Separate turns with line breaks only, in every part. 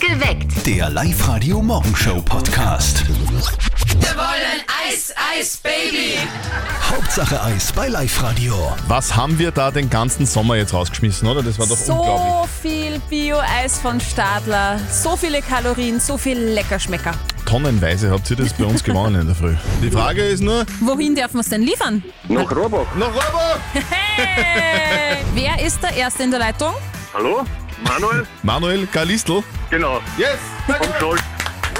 Geweckt.
Der Live-Radio Morgenshow Podcast.
Wir wollen Eis, Eis, Baby.
Hauptsache Eis bei Live-Radio.
Was haben wir da den ganzen Sommer jetzt rausgeschmissen, oder? Das war doch unglaublich.
So viel Bio-Eis von Stadler, so viele Kalorien, so viel Leckerschmecker.
Tonnenweise habt ihr das bei uns gewonnen in der Früh. Die Frage ist nur,
Wohin dürfen wir es denn liefern?
Nach Robach.
noch Robert!
Hey! Wer ist der Erste in der Leitung?
Hallo? Manuel?
Manuel Galistl.
Genau.
Yes! Danke.
Und Scholz.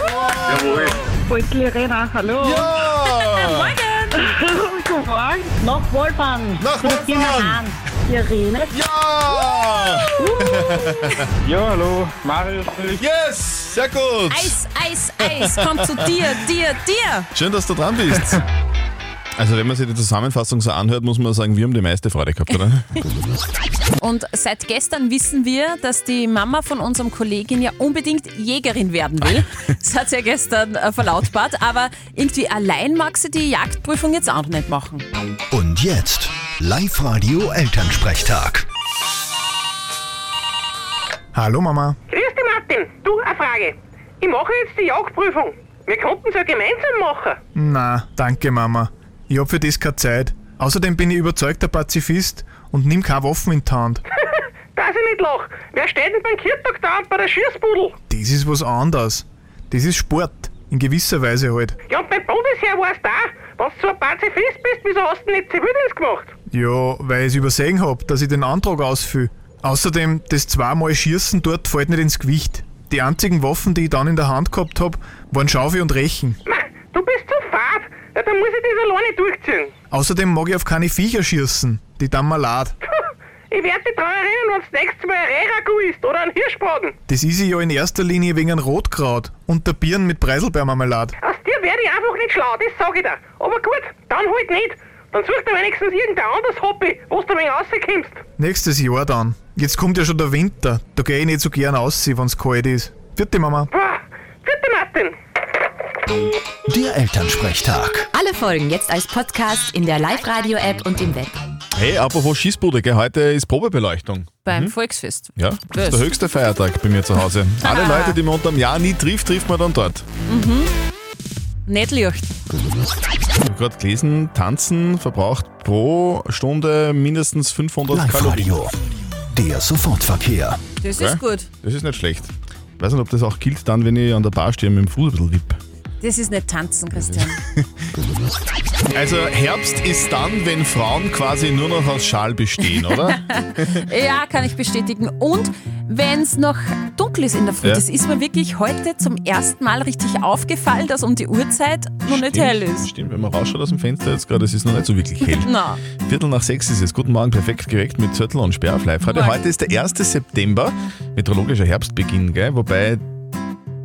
Jawohl.
Volk Lorena, hallo.
Ja!
Morgen!
Guten Morgen. Nach Wolfgang.
Nach Wolfgang.
Irene.
Ja!
Ja, hallo. Marius.
Yes! Sehr gut!
Eis, Eis, Eis, kommt zu dir, dir, dir!
Schön, dass du dran bist. Also, wenn man sich die Zusammenfassung so anhört, muss man sagen, wir haben die meiste Freude gehabt, oder?
Und seit gestern wissen wir, dass die Mama von unserem Kollegin ja unbedingt Jägerin werden will. Das hat sie ja gestern äh, verlautbart, aber irgendwie allein mag sie die Jagdprüfung jetzt auch nicht machen.
Und jetzt Live-Radio Elternsprechtag.
Hallo Mama.
Grüß dich, Martin. Du, eine Frage. Ich mache jetzt die Jagdprüfung. Wir konnten es ja gemeinsam machen.
Na, danke Mama. Ich hab für das keine Zeit. Außerdem bin ich überzeugter Pazifist und nimm keine Waffen in die Hand.
Dass ich nicht lach. Wer steht denn beim Kirtag da und bei der Schießbudel?
Das ist was anderes. Das ist Sport. In gewisser Weise halt.
Ja, und beim Bundesheer war es da. Wenn du so ein Pazifist bist, wieso hast du nicht Zivildienst gemacht?
Ja, weil ich übersehen hab, dass ich den Antrag ausfülle. Außerdem, das zweimal Schießen dort fällt nicht ins Gewicht. Die einzigen Waffen, die ich dann in der Hand gehabt hab, waren Schaufel und Rechen.
Nein, du bist zu fad. Ja, dann muss ich das alleine durchziehen.
Außerdem mag ich auf keine Viecher schießen. Die tun mir leid.
Ich werde dich daran erinnern, wenn das nächste Mal ein Rehragu ist oder ein Hirschbraten.
Das ist ich ja in erster Linie wegen einem Rotkraut und der Birnen mit Preiselbeermarmelade.
Aus dir werde ich einfach nicht schlau, das sage ich dir. Aber gut, dann halt nicht. Dann such dir wenigstens irgendein anderes Hobby, wo du ein wenig rauskommst.
Nächstes Jahr dann. Jetzt kommt ja schon der Winter. Da gehe ich nicht so gern aus, wenn's kalt ist. Vierte Mama.
Boah, vierte Martin.
Der Elternsprechtag.
Alle Folgen jetzt als Podcast in der Live-Radio-App und im Web.
Hey, apropos Schießbude, gell? heute ist Probebeleuchtung.
Beim Volksfest.
Ja, das ist der höchste Feiertag bei mir zu Hause. Alle Leute, die man unterm Jahr nie trifft, trifft man dann dort.
Nicht Licht.
Ich habe gerade gelesen, Tanzen verbraucht pro Stunde mindestens 500 Kalorien.
Live-Radio. Der Sofortverkehr.
Das
Gell?
ist gut.
Das ist nicht schlecht. Ich weiß nicht, ob das auch gilt dann, wenn ich an der Bar stehe und mit dem Fuß ein bisschen wipp.
Das ist nicht tanzen, Christian.
Also Herbst ist dann, wenn Frauen quasi nur noch aus Schal bestehen, oder?
ja, kann ich bestätigen. Und wenn es noch dunkel ist in der Früh,
Ja.
das ist mir wirklich heute zum ersten Mal richtig aufgefallen, dass um die Uhrzeit noch nicht hell
Stimmt,
ist.
Stimmt, wenn man rausschaut aus dem Fenster jetzt gerade, es ist noch nicht so wirklich hell.
Na,
Viertel nach sechs ist es. Guten Morgen, perfekt geweckt mit Zürtel und Sperr auf live Radio.
Morgen.
Heute ist der 1. September, meteorologischer Herbstbeginn, gell? Wobei,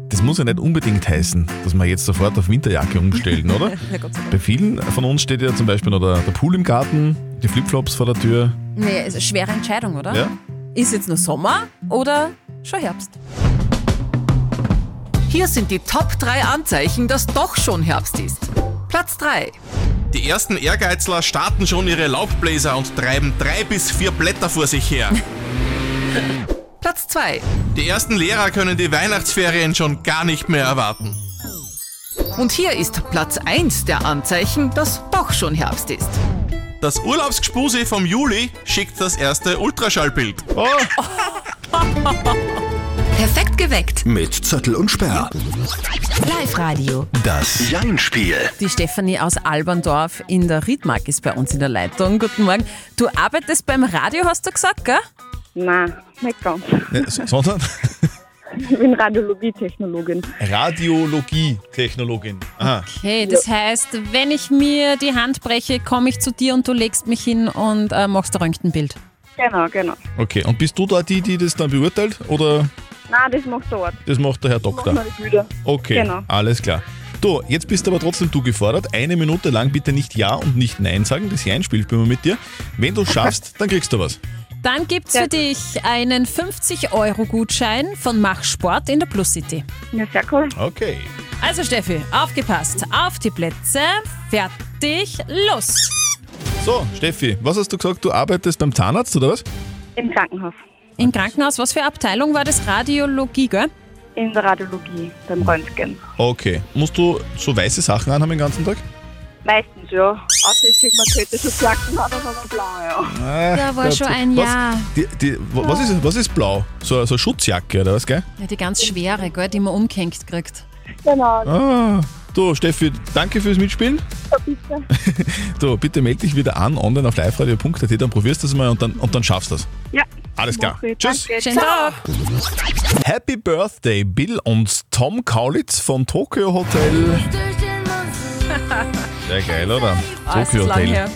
das muss ja nicht unbedingt heißen, dass wir jetzt sofort auf Winterjacke umstellen, oder?
na Gott sei Dank.
Bei vielen von uns steht ja zum Beispiel noch der, der Pool im Garten, die Flipflops vor der Tür.
Nee, ist eine schwere Entscheidung, oder?
Ja?
Ist jetzt nur Sommer oder schon Herbst?
Hier sind die Top 3 Anzeichen, dass doch schon Herbst ist. Platz 3.
Die ersten Ehrgeizler starten schon ihre Laubbläser und treiben drei bis vier Blätter vor sich her.
Platz 2.
Die ersten Lehrer können die Weihnachtsferien schon gar nicht mehr erwarten.
Und hier ist Platz 1 der Anzeichen, dass doch schon Herbst ist.
Das Urlaubsgespuse vom Juli schickt das erste Ultraschallbild.
Perfekt geweckt.
Mit Zöttel und Sperr.
Live-Radio.
Das Jein-Spiel.
Die Stefanie aus Alberndorf in der Riedmark ist bei uns in der Leitung. Guten Morgen. Du arbeitest beim Radio, hast du gesagt, gell?
Nein, nicht ganz.
Ne, s- sondern
Ich bin Radiologietechnologin.
Radiologie-Technologin. Aha.
Okay, das heißt, wenn ich mir die Hand breche, komme ich zu dir und du legst mich hin und äh, machst ein Röntgenbild.
Genau, genau.
Okay, und bist du da die, die das dann beurteilt oder
Nein, das macht dort.
das macht der Herr
Machen
Doktor?
wir das wieder.
Okay,
Genau.
alles klar. Du, jetzt bist aber trotzdem du gefordert. Eine Minute lang bitte nicht Ja und nicht Nein sagen. Das Jein spielt immer mit dir. Wenn du schaffst, dann kriegst du was.
Dann gibt's für dich einen 50-Euro-Gutschein von Mach Sport in der Plus City.
Ja, sehr cool.
Okay.
Also Steffi, aufgepasst, auf die Plätze, fertig, los!
So, Steffi, was hast du gesagt? Du arbeitest beim Zahnarzt oder was?
Im Krankenhaus.
Im Krankenhaus, was für Abteilung war das? Radiologie, gell?
in der Radiologie, beim Röntgen.
Okay. Musst du so weiße Sachen anhaben den ganzen Tag?
Meistens, ja. Außer ich krieg mal kritische Zacken, hat aber mal blau, ja.
Da war schon ein
Äh, was?
Jahr.
Die, die, wa- was, ist, was ist blau? So, so eine Schutzjacke oder was, gell?
Ja, die ganz schwere, gell, die man umgehängt kriegt.
Genau,
Ah, du, Steffi, danke fürs Mitspielen.
bitte.
Du, bitte melde dich wieder an, online auf liveradio.at, dann probierst du das mal und dann, und dann schaffst du das.
Ja.
Alles klar.
Mach ich.
Tschüss.
Danke.
Schönen Tag.
Happy Birthday, Bill und Tom Kaulitz von Tokyo Hotel. Sehr geil, oder?
Ah, ist das lang her.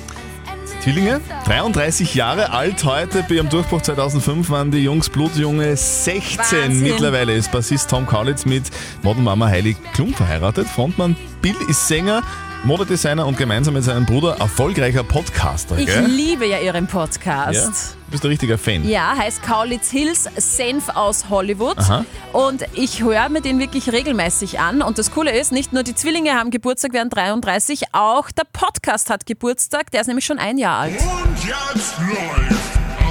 Zwillinge, 33 Jahre alt heute, bei ihrem Durchbruch 2005 waren die Jungs Blutjunge 16.
Wahnsinn.
Mittlerweile ist Bassist Tom Kaulitz mit Modelmama Heidi Klum verheiratet. Frontmann Bill ist Sänger, Modedesigner und gemeinsam mit seinem Bruder erfolgreicher Podcaster.
Ich
gell?
liebe ja Ihren
ja? Du
Podcast.
bist ein richtiger Fan.
Ja, heißt Kaulitz Hills, Senf aus Hollywood.
Aha.
Und ich höre mir den wirklich regelmäßig an. Und das Coole ist, nicht nur die Zwillinge haben Geburtstag, werden 33, auch der Podcast hat Geburtstag. Der ist nämlich schon ein Jahr alt.
Und jetzt läuft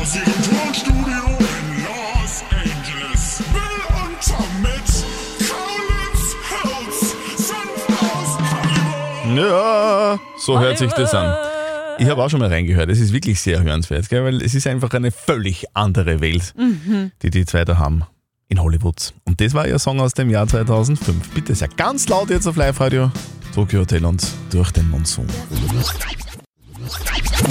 aus ihrem Tonstudio in Los Angeles Bill und Tom mit Kaulitz Hills, Senf aus Hollywood.
Ja, so hört sich das an. Ich habe auch schon mal reingehört. Es ist wirklich sehr hörenswert, gell? weil es ist einfach eine völlig andere Welt, die die zwei da haben in Hollywood. Und das war ihr Song aus dem Jahr 2005. Bitte sehr ganz laut jetzt auf Live-Radio. Tokyo Hotel und durch den Monsun.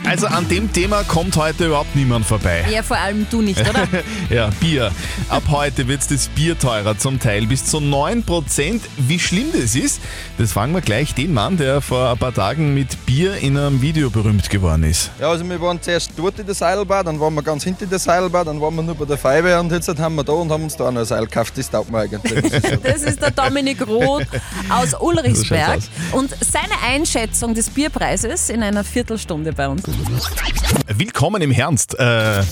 Also an dem Thema kommt heute überhaupt niemand vorbei.
Ja, vor allem du nicht, oder?
Ja, Bier. Ab heute wird das Bier teurer, zum Teil bis zu 9%. Wie schlimm das ist, das fragen wir gleich den Mann, der vor ein paar Tagen mit Bier in einem Video berühmt geworden ist.
Ja, also wir waren zuerst dort in der Seilbahn, dann waren wir ganz hinten in der Seilbahn, dann waren wir nur bei der Feibe und jetzt haben wir da und haben uns da auch noch ein Seil gekauft. Das taugt mir eigentlich.
Das ist der Dominik Roth aus Ulrichsberg.
So schaut's
Und seine Einschätzung des Bierpreises in einer Viertelstunde bei uns.
Willkommen im Herbst. Äh, Herbst.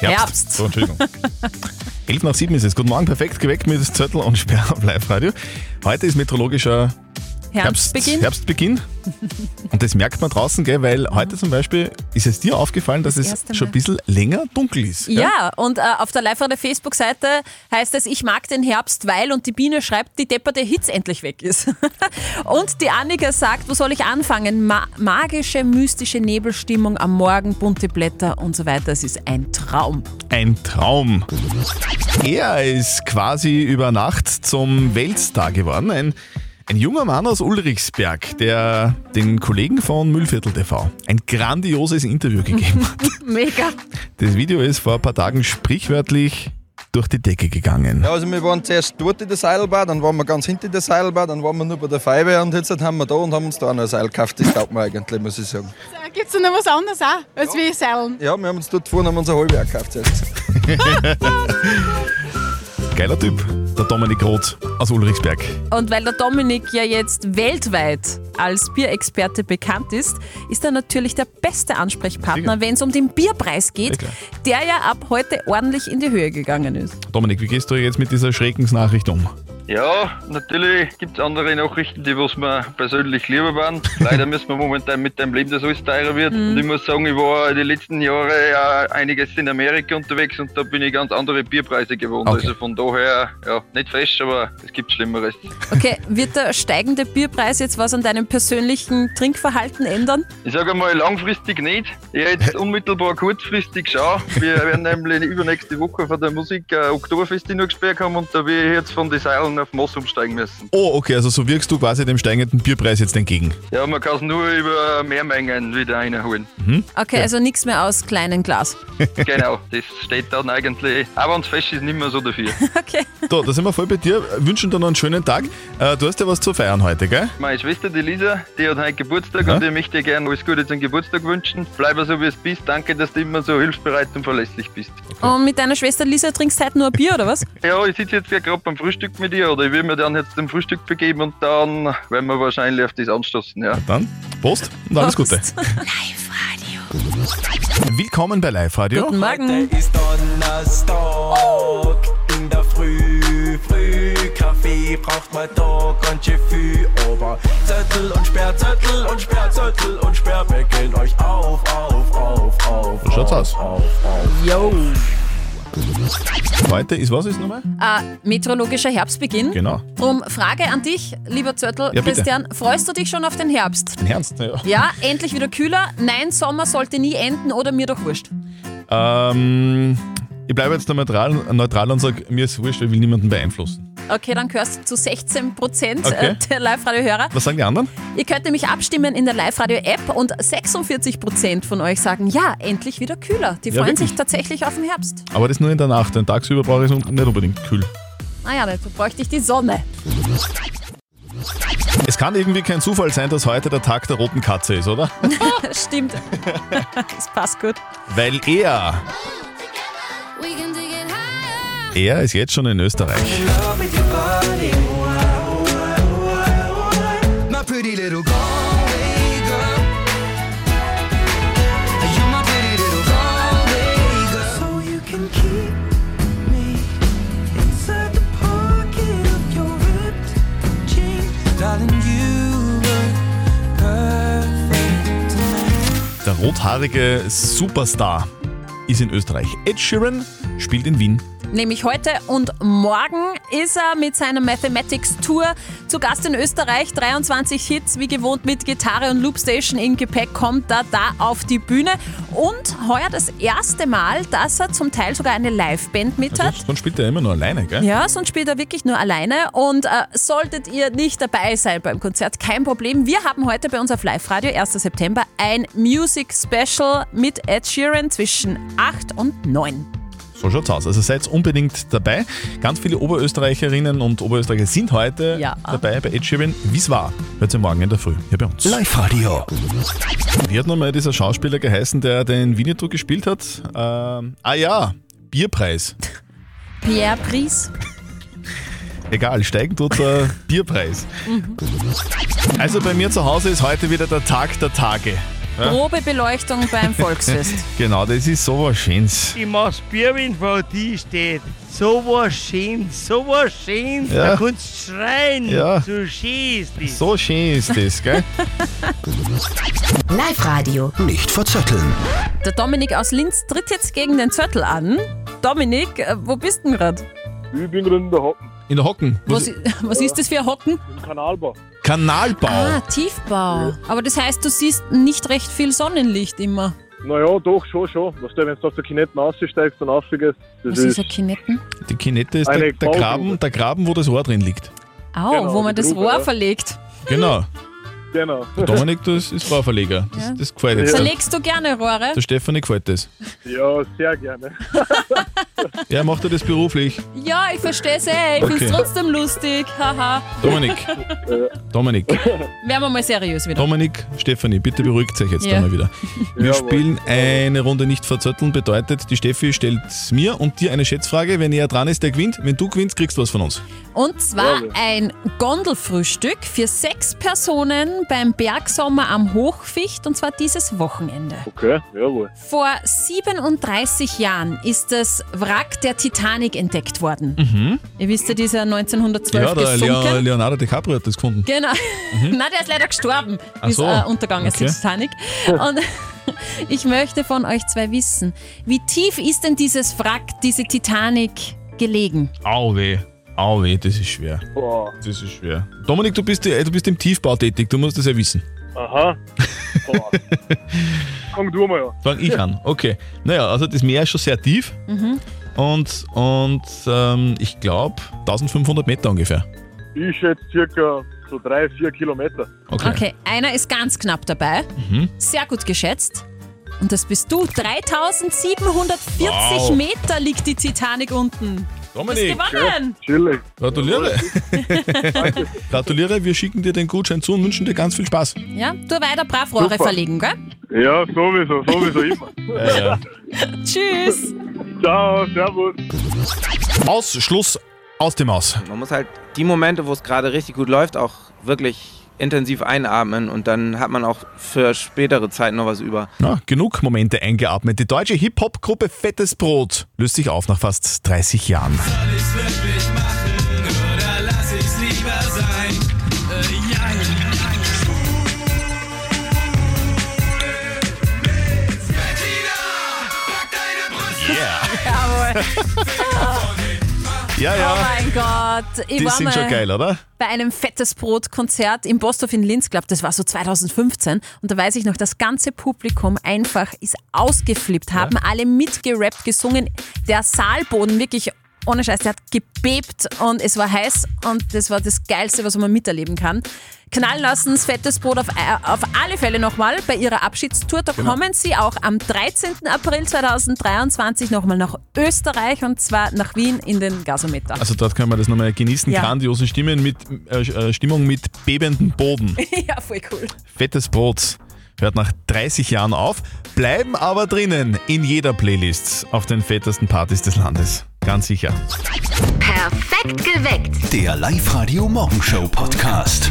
Herbst.
So, Entschuldigung. 11 nach 7 ist es. Guten Morgen, perfekt geweckt mit Zettel und Sperr auf Live-Radio. Heute ist meteorologischer
Herbstbeginn.
Herbstbeginn. Und das merkt man draußen, gell? weil heute zum Beispiel ist es dir aufgefallen, dass es
erste
schon ein
Mal.
bisschen länger dunkel ist.
Ja, und äh, auf der live der Facebook-Seite heißt es, ich mag den Herbst, weil und die Biene schreibt, die depperte Hitze endlich weg ist. und die Annika sagt, wo soll ich anfangen? Ma magische, mystische Nebelstimmung am Morgen, bunte Blätter und so weiter. Es ist ein Traum.
Ein Traum. Er ist quasi über Nacht zum Weltstar geworden. Ein, ein junger Mann aus Ulrichsberg, der den Kollegen von Müllviertel TV ein grandioses Interview gegeben hat.
Mega.
Das Video ist vor ein paar Tagen sprichwörtlich durch die Decke gegangen.
Ja, also wir waren zuerst dort in der Seilbahn, dann waren wir ganz hinten in der Seilbahn, dann waren wir nur bei der Feibe und jetzt haben wir da und haben uns da auch noch ein Seil gekauft. Das taugt mir eigentlich, muss ich sagen.
Gibt es noch was anderes auch, als wie Seilen?
Ja, wir haben uns dort vorne haben uns ein halbe auch gekauft. Zuerst.
Geiler Typ, der Dominik Roth aus Ulrichsberg.
Und weil der Dominik ja jetzt weltweit als Bierexperte bekannt ist, ist er natürlich der beste
Sicher.
Ansprechpartner, wenn es um den Bierpreis geht,
Ja,
der ja ab heute ordentlich in die Höhe gegangen ist.
Dominik, wie gehst du jetzt mit dieser Schreckensnachricht um?
Ja, natürlich gibt es andere Nachrichten, die was mir persönlich lieber waren. Leider müssen wir momentan mit dem Leben, das alles teurer wird. Und ich muss sagen, ich war die letzten Jahre ja einiges in Amerika unterwegs und da bin ich ganz andere Bierpreise gewohnt.
Okay.
Also von daher, ja, nicht fesch, aber es gibt Schlimmeres.
Okay, wird der steigende Bierpreis jetzt was an deinem persönlichen Trinkverhalten ändern?
Ich sage mal langfristig nicht. Ich jetzt unmittelbar kurzfristig schauen. Wir werden nämlich übernächste Woche von der Musik äh, Oktoberfest in Nürnberg haben und da wir jetzt von den Seilen auf Moss umsteigen müssen.
Oh, okay, also so wirkst du quasi dem steigenden Bierpreis jetzt entgegen.
Ja, man kann es nur über Mehrmengen wieder reinholen.
Okay, also nichts mehr aus kleinem Glas.
Genau, das steht dann eigentlich. Aber uns fest ist nicht mehr so dafür.
Okay.
So, da sind wir voll bei dir. Wünschen dir noch einen schönen Tag. Äh, Du hast ja was zu feiern heute, gell?
Meine Schwester, die Lisa, die hat heute Geburtstag
Ja.
und ich möchte dir gerne alles Gute zum Geburtstag wünschen. Bleib so wie es bist. Danke, dass du immer so hilfsbereit und verlässlich bist.
Und mit deiner Schwester Lisa trinkst du heute nur ein Bier, oder was?
Ja, ich sitze jetzt ja gerade beim Frühstück mit dir oder ich will mir dann jetzt zum Frühstück begeben und dann werden wir wahrscheinlich auf das anstoßen, ja.
Dann Prost und alles Gute.
Prost.
Willkommen bei Live Radio.
Guten Morgen.
ist Donnerstag in der Früh, früh Kaffee braucht man da ganz schön viel, aber Zettel und Sperr, Zettel und Sperr, Zettel und Sperr wecken euch auf, auf, auf, auf.
So schaut's
auf,
aus.
Auf, auf.
Yo.
Heute ist, was ist nochmal?
Äh, meteorologischer Herbstbeginn.
Genau.
Drum Frage an dich, lieber Zörtel,
Ja, bitte.
Christian, freust du dich schon auf den Herbst?
Im Ernst? Ja.
Ja, endlich wieder kühler. Nein, Sommer sollte nie enden oder mir doch wurscht.
Ähm, ich bleibe jetzt da neutral, neutral und sage, mir ist wurscht, ich will niemanden beeinflussen.
Okay, dann gehörst du zu 16 Prozent äh,
Okay.
der Live-Radio-Hörer.
Was sagen die anderen?
Ihr könnt nämlich abstimmen in der Live-Radio-App und 46 Prozent von euch sagen, ja, endlich wieder kühler. Die
Ja,
freuen
wirklich.
sich tatsächlich auf den Herbst.
Aber das nur in der Nacht, denn tagsüber brauche ich es nicht unbedingt kühl.
Naja, dazu bräuchte ich die Sonne.
Es kann irgendwie kein Zufall sein, dass heute der Tag der roten Katze ist, oder?
Stimmt. das passt gut.
Weil er, er ist jetzt schon in Österreich. Der rothaarige Superstar ist in Österreich. Ed Sheeran spielt in Wien.
Nämlich heute und morgen ist er mit seiner Mathematics Tour zu Gast in Österreich. 23 Hits, wie gewohnt mit Gitarre und Loopstation im Gepäck, kommt er da auf die Bühne. Und heuer das erste Mal, dass er zum Teil sogar eine Liveband mit hat.
Sonst Also spielt er immer nur alleine, gell?
Ja, sonst spielt er wirklich nur alleine. Und äh, solltet ihr nicht dabei sein beim Konzert, kein Problem. Wir haben heute bei uns auf Live-Radio, 1. September, ein Music-Special mit Ed Sheeran zwischen 8 und 9.
So schaut's aus. Also seid unbedingt dabei. Ganz viele Oberösterreicherinnen und Österreicher sind heute
Ja.
dabei bei Ed Sheeran. Wie's war, hört ihr morgen in der Früh hier bei uns.
Live-Radio.
Wie hat nochmal dieser Schauspieler geheißen, der den Winnetou gespielt hat? Ähm, ah ja, Bierpreis.
Pierre Pries.
Egal, steigen tut der Bierpreis.
Mhm.
Also bei mir zu Hause ist heute wieder der Tag der Tage.
Probebeleuchtung beim Volksfest.
Genau, das ist sowas Schönes.
Ich mach's Bier, wenn Frau die steht. So was schön, so was schön.
Ja.
Da kannst du schreien.
Ja.
So schön ist das.
So schön ist das, gell?
Live-Radio.
Nicht verzetteln.
Der Dominik aus Linz tritt jetzt gegen den Zörtel an. Dominik, äh, wo bist denn gerade?
Ich bin gerade in der Hoppen,
In der Hocken.
Was, was ist das für ein Hocken?
im Kanalbau.
Kanalbau.
Äh.
Ah, Tiefbau. Aber das heißt, du siehst nicht recht viel Sonnenlicht immer.
Naja, doch, schon, schon. Weißt du, wenn du auf der Kinetten aussteigst und aufsteigst, das
Was ist ein Kinetten?
Die Kinette ist der,
Eine
der,
Baugrube.
Graben, der Graben, wo das Rohr drin liegt.
Au,
Genau,
wo man
die
das
Grube,
Rohr
ja.
verlegt.
Genau.
genau.
Der Dominik, das ist Rohrverleger. Das,
Ja.
das gefällt jetzt. Der,
Zerlegst du gerne Rohre?
der Stefanie gefällt das.
Ja, sehr gerne.
Ja, macht er das beruflich?
Ja, ich verstehe es eh. Ich find's
Okay.
trotzdem lustig. Haha.
Dominik. Dominik.
Werden wir mal seriös wieder.
Dominik, Stefanie, bitte beruhigt euch jetzt
Ja.
einmal wieder. Wir
Jawohl.
spielen eine Runde nicht verzötteln, bedeutet, die Steffi stellt mir und dir eine Schätzfrage. Wenn er dran ist, der gewinnt. Wenn du gewinnst, kriegst du was von uns.
Und zwar ein Gondelfrühstück für sechs Personen beim Bergsommer am Hochficht und zwar dieses Wochenende.
Okay, jawohl.
Vor 37 Jahren ist das Wrack der Titanic entdeckt worden. Ihr wisst ja, dieser 1912
Mhm. Ja, der Leo-
gesunken.
Leonardo DiCaprio hat das gefunden.
Genau. Na, der ist leider gestorben.
Mhm. Ach
ist
so.
äh, untergegangen, ist die
Okay.
Titanic. Und ich möchte von euch zwei wissen, wie tief ist denn dieses Wrack, diese Titanic gelegen?
Au weh. Au weh, das ist schwer.
Boah,
Das ist schwer. Dominik, du bist, äh, du bist im Tiefbau tätig, du musst das ja wissen.
aha. Boah. Fang du mal an.
Fang ich an. Okay. Naja, also das Meer ist schon sehr tief. Und, und ähm, ich glaube 1500 Meter ungefähr.
Ich schätze circa so drei, vier Kilometer.
Okay.
Okay, einer ist ganz knapp dabei.
Mhm.
Sehr gut geschätzt. Und das bist du. 3740
Wow.
Meter liegt die Titanic unten. Du hast
Dominik,
gewonnen.
Chillig.
gratuliere. gratuliere, wir schicken dir den Gutschein zu und wünschen dir ganz viel Spaß.
Ja, du weiter brav Rohre
Super.
verlegen, gell?
Ja, sowieso, sowieso immer.
Ja, ja.
Tschüss.
Ciao, servus.
Ausschluss aus dem Aus.
Man muss halt die Momente, wo es gerade richtig gut läuft, auch wirklich intensiv einatmen und dann hat man auch für spätere Zeit noch was über.
Na, genug Momente eingeatmet. Die deutsche Hip-Hop-Gruppe Fettes Brot löst sich auf nach fast 30 Jahren. Ja,
Oh
ja.
mein Gott, ich
Die
war
sind
mal
schon geil, oder?
bei einem fettes Brot-Konzert im Bostorf in Linz, glaube das war so 2015. Und da weiß ich noch, das ganze Publikum einfach ist ausgeflippt, haben alle mitgerappt, gesungen. Der Saalboden wirklich ohne Scheiß, der hat gebebt und es war heiß und das war das Geilste, was man miterleben kann. Knallen lassen, fettes Brot auf, äh, auf alle Fälle nochmal bei ihrer Abschiedstour. Da kommen sie auch am 13. April 2023 nochmal nach Österreich und zwar nach Wien in den Gasometer.
Also dort können wir das nochmal genießen.
Ja.
Grandiosen Stimmen mit, äh, äh, Stimmung mit bebendem Boden.
ja, voll cool.
Fettes Brot hört nach 30 Jahren auf, bleiben aber drinnen in jeder Playlist auf den fettesten Partys des Landes. Ganz sicher.
Perfekt geweckt.
Der Live-Radio Morgenshow Podcast.